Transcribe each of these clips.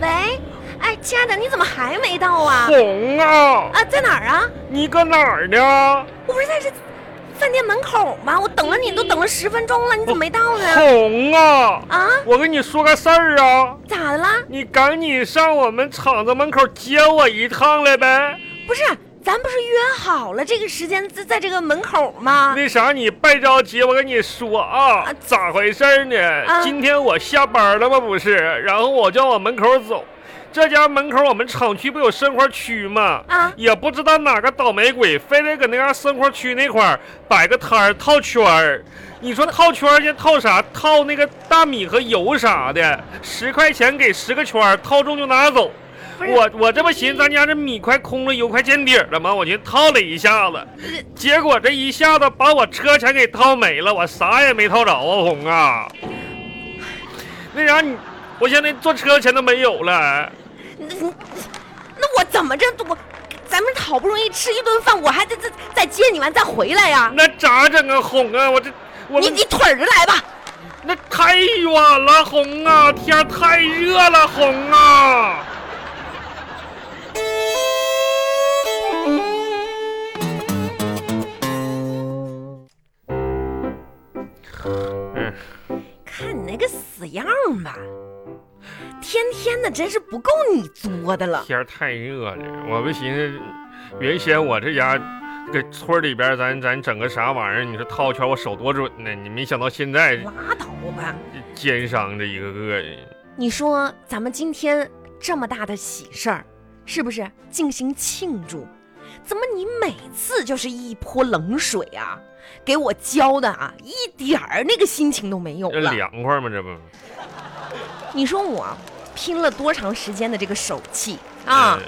哎亲爱的，你怎么还没到啊？红啊，啊，在哪儿啊？你搁哪儿呢？我不是在这饭店门口吗？我等了你都等了十分钟了，你怎么没到呢？红啊，啊，我跟你说个事儿啊，咋的啦？你赶紧上我们厂子门口接我一趟来呗。不是，咱不是约好了这个时间在在这个门口吗？那啥，你别着急，我跟你说啊啊，咋回事儿呢？啊今天我下班了吗？不是，然后我就往门口走，这家门口我们厂区不有生活区吗？啊，也不知道哪个倒霉鬼，非得搁那嘎生活区那块儿摆个摊儿套圈儿。你说套圈儿去套啥？套那个大米和油啥的，十块钱给十个圈儿，套中就拿走。不是我我这不寻思咱家这米快空了，油快见底儿了吗？我寻思套了一下子，结果这一下子把我车钱给套没了，我啥也没套着啊，红啊！那啥，你我现在坐车钱都没有了。那你那我怎么着？我咱们好不容易吃一顿饭，我还得再再接你完再回来呀、那咋整啊，红啊？我这我你们你腿儿着来吧。那太远了，红啊！天太热了，红啊！嗯，看你那个死样儿吧，天天的真是不够你作的了。天太热了，我不寻思，原先我这家搁村里边咱咱整个啥玩意儿？你说套圈，我手多准呢！你没想到现在拉倒吧！奸商这一个个的，你说咱们今天这么大的喜事儿，是不是进行庆祝？怎么你每次就是一泼冷水啊？给我浇的啊，一点儿那个心情都没有这了。凉快吗？这不你说我拼了多长时间的这个手气嗯啊？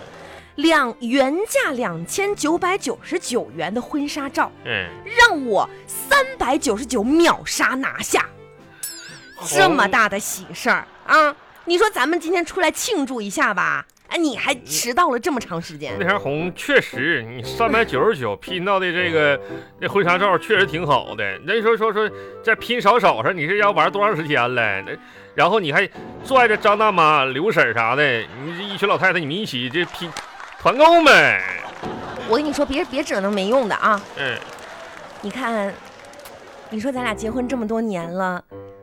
两原价两千九百九十九元的婚纱照，嗯。嗯让我三百九十九秒杀拿下，这么大的喜事儿啊！你说咱们今天出来庆祝一下吧？哎，你还迟到了这么长时间那，条红确实，你三百九十九拼到的这个那婚纱照确实挺好的。人说说说在拼少少上，你这要玩多长时间了？那然后你还拽着张大妈、刘婶儿啥的，你这一群老太太你们一起这拼团购呗。我跟你说，别别整那没用的啊！嗯，你看，你说咱俩结婚这么多年了，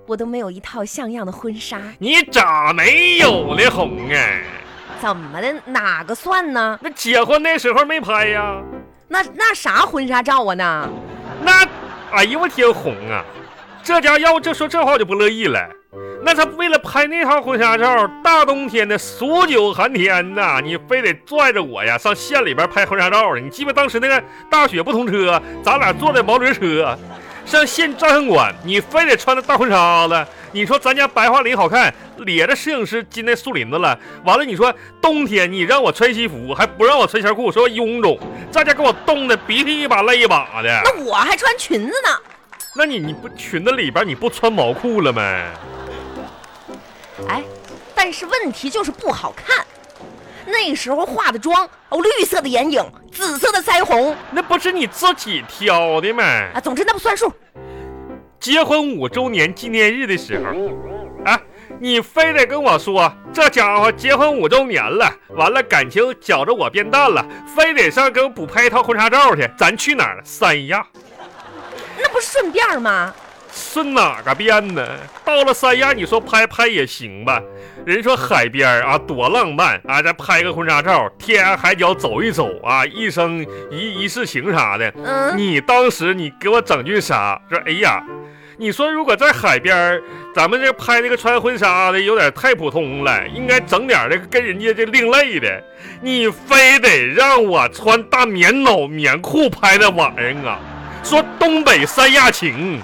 我都没有一套像样的婚纱，你咋没有呢？红啊，怎么的？哪个算呢？那结婚那时候没拍呀？那那啥婚纱照啊呢？那，哎呦我天，红啊！这家要这说这话我就不乐意了。那他为了拍那套婚纱照，大冬天的数九寒天呐，你非得拽着我呀上县里边拍婚纱照去。你记不？当时那个大雪不通车，咱俩坐的毛驴车，上县照相馆，你非得穿着大婚纱了。你说咱家白桦林好看，咧着摄影师进那树林子了。完了，你说冬天你让我穿西服，还不让我穿秋裤，说我臃肿，在家给我冻的鼻涕一把泪一把的。那我还穿裙子呢。那你你不裙子里边你不穿毛裤了没？哎，但是问题就是不好看。那时候化的妆，哦，绿色的眼影，紫色的腮红那不是你自己挑的吗？啊，总之那不算数。结婚五周年纪念日的时候，啊，你非得跟我说这家伙结婚五周年了，完了感情觉着我变淡了，非得上给我补拍一套婚纱照去，咱去哪儿？三亚。那不是顺便吗？顺哪个变呢？到了三亚，你说拍拍也行吧？人说海边儿啊，多浪漫啊！再拍个婚纱照，天涯海角走一走啊，一生一一世情啥的。嗯，你当时你给我整句啥？说哎呀，你说如果在海边儿，咱们这拍那个穿婚纱的有点太普通了，应该整点儿这个跟人家这另类的。你非得让我穿大棉袄棉裤拍那玩意儿啊？说东北三亚情。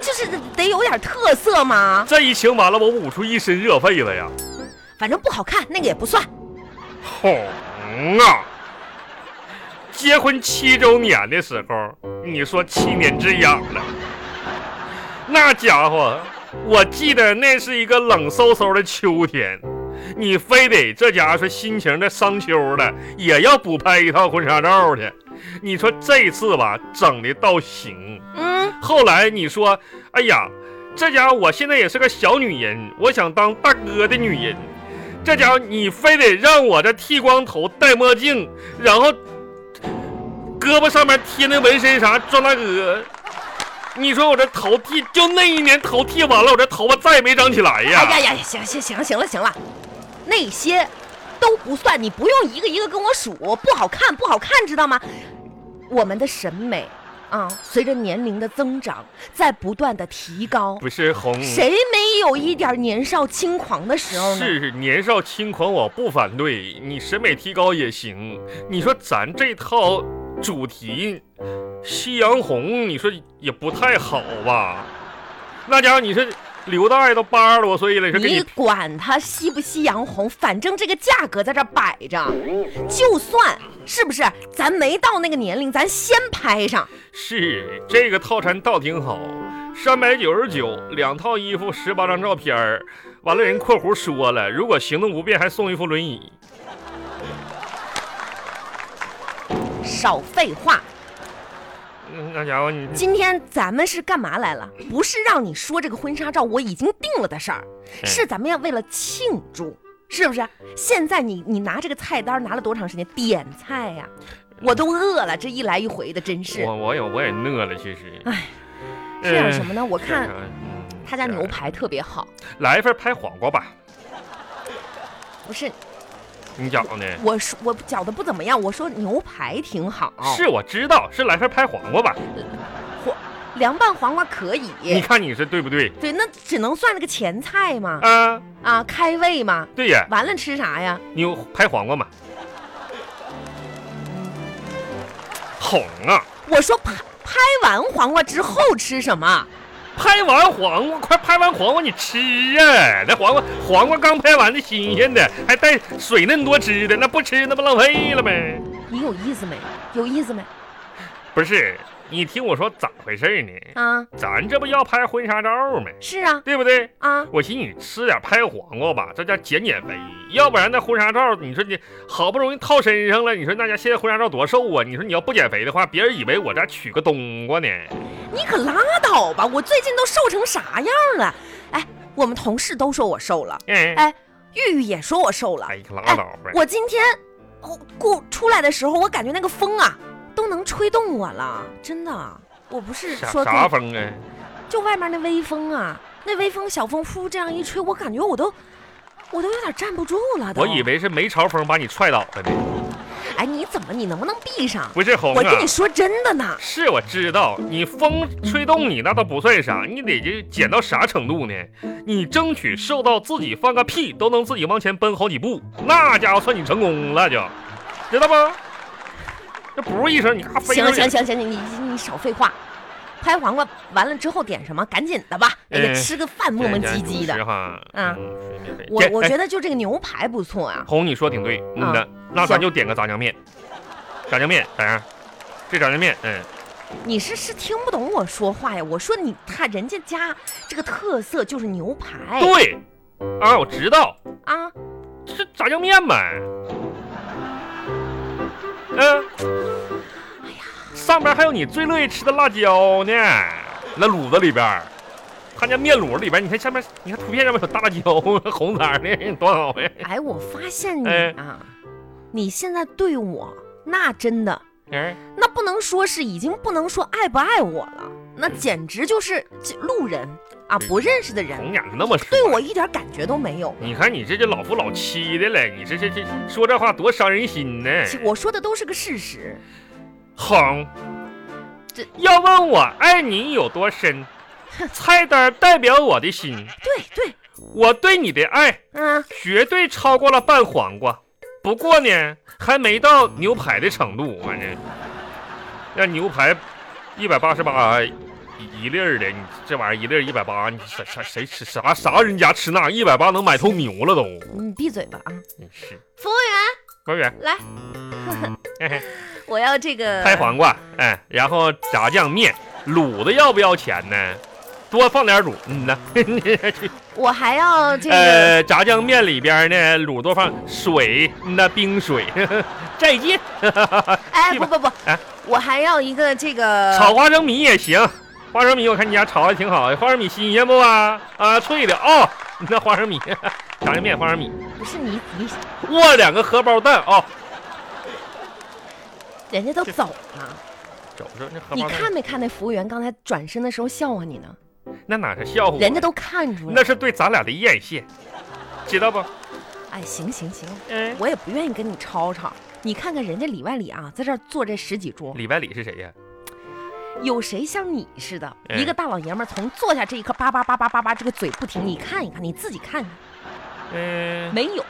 就是得有点特色嘛，这一情完了，我捂出一身热痱子呀！反正不好看，那个也不算。红啊！结婚七周年的时候，你说七年之痒了，那家伙，我记得那是一个冷飕飕的秋天，你非得这家伙说心情的伤秋的，也要补拍一套婚纱照去。你说这次吧，整的倒行。嗯，后来你说，哎呀，这家伙我现在也是个小女人，我想当大哥的女人。这家伙你非得让我这剃光头、戴墨镜，然后胳膊上面贴那纹身啥装大哥。你说我这头剃，就那一年头剃完了，我这头发再也没长起来呀。哎呀呀，呀，行行行行了行了，那些都不算，你不用一个一个跟我数，不好看不好看，知道吗？我们的审美啊，随着年龄的增长，在不断的提高。不是红，谁没有一点年少轻狂的时候呢？是年少轻狂，我不反对，你审美提高也行。你说咱这套主题夕阳红，你说也不太好吧？那家伙，你说刘大爷都八十多岁了，你说给你你管它夕不夕阳红，反正这个价格在这儿摆着，就算是不是咱没到那个年龄，咱先拍上。是这个套餐倒挺好，三百九十九，两套衣服，十八张照片儿。完了，人括弧说了，如果行动不便还送一副轮椅。少废话，嗯那家伙，你今天咱们是干嘛来了？不是让你说这个婚纱照我已经定了的事儿，嗯是咱们要为了庆祝，是不是？现在你你拿这个菜单拿了多长时间？点菜呀、我都饿了，这一来一回的，真是嗯我我也我也饿了，其实。哎嗯，是点什么呢？我我看他家牛排特别好，嗯啊来一份拍黄瓜吧，不是你觉呢？我说我搅的不怎么样，我说牛排挺好，是我知道，是来份拍黄瓜吧？凉拌黄瓜可你以，看你是对不对？对，那只能算那个前菜嘛，啊，啊，开胃嘛，对呀，完了吃啥呀？你有拍黄瓜吗？红啊，我说拍拍完黄瓜之后吃什么？拍完黄瓜，快拍完黄瓜你吃呀、那黄瓜黄瓜刚拍完的新鲜的，还带水嫩多汁的，那不吃那不浪费了呗？你有意思没？有意思没？不是，你听我说咋回事呢？啊，咱这不要拍婚纱照吗？是啊，对不对？啊，我寻思你吃点拍黄瓜吧，这叫减减肥，要不然那婚纱照，你说你好不容易套身上了，你说那家现在婚纱照多瘦啊！你说你要不减肥的话，别人以为我这取个冬瓜呢。你可拉倒吧！我最近都瘦成啥样了？哎，我们同事都说我瘦了，哎，哎，玉玉也说我瘦了，哎，可拉倒吧！我今天哦过出来的时候，我感觉那个风啊，都能吹动我了，真的。啊我不是啥说啥对，风啊？就外面那微风啊，那微风小风呼这样一吹，我感觉我都，我都有点站不住了都。我以为是梅超风把你踹倒了呢。哎，你怎么，你能不能闭上？不是红我啊跟，你说真的呢，是我知道，你风吹动你那倒不算啥，你得这减到啥程度呢？你争取瘦到自己放个屁都能自己往前奔好几步，那家伙算你成功了就，知道不？这不是一声你咔飞行出了去行了行了行了，你你你少废话。拍黄瓜完了之后点什么？赶紧的吧！哎呀，哎吃个饭磨磨唧唧的。哈，啊嗯，随便我点我哎觉得就这个牛排不错啊。红你说挺对，嗯的，那咱行就点个炸酱面，炸酱面咋样？这炸酱面，嗯，你是是听不懂我说话呀？我说你看人家家这个特色就是牛排对，啊，我知道，啊，这炸酱面呗。嗯、上边还有你最乐意吃的辣椒呢，那卤子里边儿，他家面卤子里边儿，你看下面，你看图片上面有大辣椒，红色儿的，多好呀！哎，我发现你哎啊，你现在对我那真的哎，那不能说是已经不能说爱不爱我了，那简直就是这路人啊，对不认识的人红眼那么说，对我一点感觉都没有。你看你这就老夫老妻的了，你这这这说这话多伤人心呢。其我说的都是个事实，哼，这要问我爱你有多深，菜单代表我的心，对对，我对你的爱嗯、绝对超过了拌黄瓜，不过呢，还没到牛排的程度。反正，那牛排一百八十八一粒儿的，你这玩意儿一粒儿一百八，你啥啥谁吃啥啥人家吃那一百八能买头牛了都。你闭嘴吧啊！真是，服务员，服务员，来， 嘿嘿我要这个哎拍黄瓜，哎，然后炸酱面，卤的要不要钱呢？多放点卤，嗯呐，我还要这个。呃，炸酱面里边呢，卤多放水，嗯呐，冰水， 再见。哎，地不板不不哎，我还要一个这个炒花生米也行，花生米我看你家炒的挺 好，花生米新鲜不啊？啊，脆的哦，那花生米，炸酱面花生米，不是你你，握两个荷包蛋啊，人家都走了，走着那荷你包蛋，看没看那服务员刚才转身的时候笑话你呢？那哪是笑话？啊人家都看出来那了。是对咱俩的艳羡，知道不？哎，行行行，嗯，我也不愿意跟你吵吵。你看看人家里外里啊，在这儿坐这十几桌，礼拜里是谁呀？有谁像你似的，嗯一个大老爷们儿从坐下这一刻叭叭叭叭叭叭，这个嘴不停。你看一看，你自己看看，嗯，没有，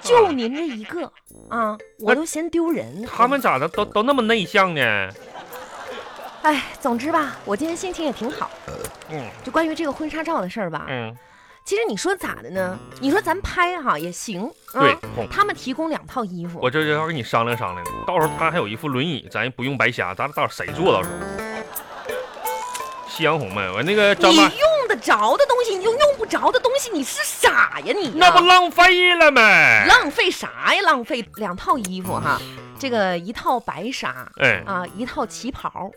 就您这一个啊，我都嫌丢人。他们咋的都都那么内向呢？哎，总之吧，我今天心情也挺好。嗯就关于这个婚纱照的事儿吧，嗯，其实你说咋的呢？你说咱拍哈、也行啊。对，哄他们提供两套衣服，我这就要跟你商量商量，到时候他还有一副轮椅，咱也不用白瞎，咱到时候谁坐到时候？夕阳红们，我那个张你大，用得着的东西，你就用不着的东西，你是傻呀你呀啊那不浪费了吗？浪费啥呀？浪费两套衣服哈，这个一套白纱哎，啊，一套旗袍。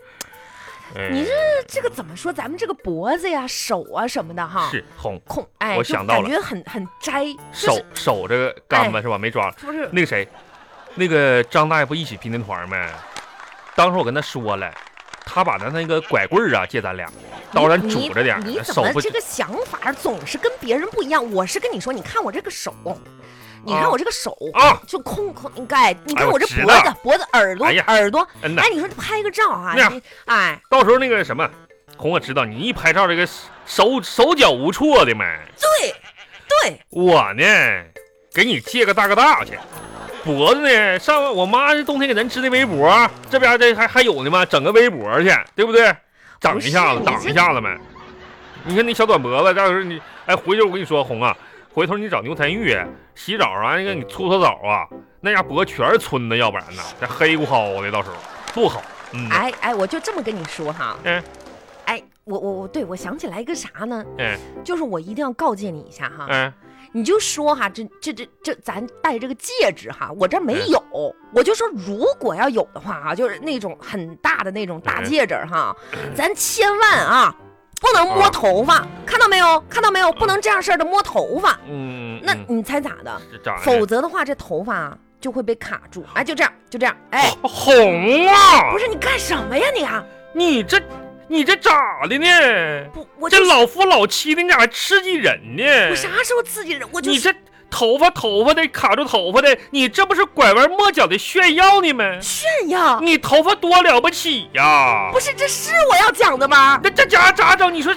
哎你这这个怎么说？咱们这个脖子呀、手啊什么的哈，是红空哎，我就想到了感觉很很摘，就手是哎手这个干巴是吧？没抓了。是不是？那个谁，那个张大爷不一起拼的团吗？当时我跟他说了，他把咱那个拐棍儿啊借咱俩，到时候咱你拄着点儿你，怎手么不这个想法总是跟别人不一样？我是跟你说，你看我这个手，你看我这个手。啊？就空空，你盖，你哎看我我这知脖道子、脖子、耳朵、哎呀耳朵，嗯呐哎，，你说拍个照啊那，你哎，到时候那个什么，红我知道你一拍照这个手手脚无措的嘛。对，对，我呢，给你借个大哥大去。脖子呢？上我妈这冬天给咱织那围脖，这边这还还有呢吗？整个围脖去，对不对？整一下子，不是挡你这一下子呗。你看那小短脖子，到时候你哎，回头我跟你说，红啊，回头你找牛田玉洗澡啊，那个你搓搓澡啊，那家脖全是皴的，要不然呢，这黑咕蒿的，到时候不好。嗯，哎哎，我就这么跟你说哈，嗯，哎，我我我，对我想起来一个啥呢？嗯，就是我一定要告诫你一下哈，嗯，你就说哈，这这这这，咱戴这个戒指哈，我这儿没哎有，我就说如果要有的话啊，就是那种很大的那种大嗯戒指哈，咱千万啊不能摸啊头发，看到没有？看到没有？不能这样式儿的摸头发，嗯，那嗯你猜咋的？这咋的哦否则的话，这头发啊就会被卡住。哎，就这样，就这样，哎，红啊不，是你干什么呀你啊？你这你这咋的呢？不，我就这老夫老妻的，你咋还刺激人呢？我啥时候刺激人？我就你是这头发头发的卡住头发的，你这不是拐弯抹角的炫耀呢吗？炫耀，你头发多了不起呀、啊不是这是我要讲的吗？那这家咋整？你说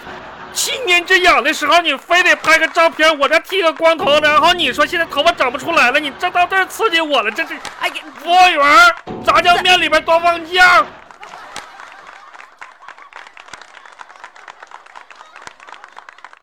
七年之痒的时候，你非得拍个照片，我这剃个光头，然后你说现在头发长不出来了，你这到这儿刺激我了，这是哎呀，服务员儿，炸酱面里边多放酱，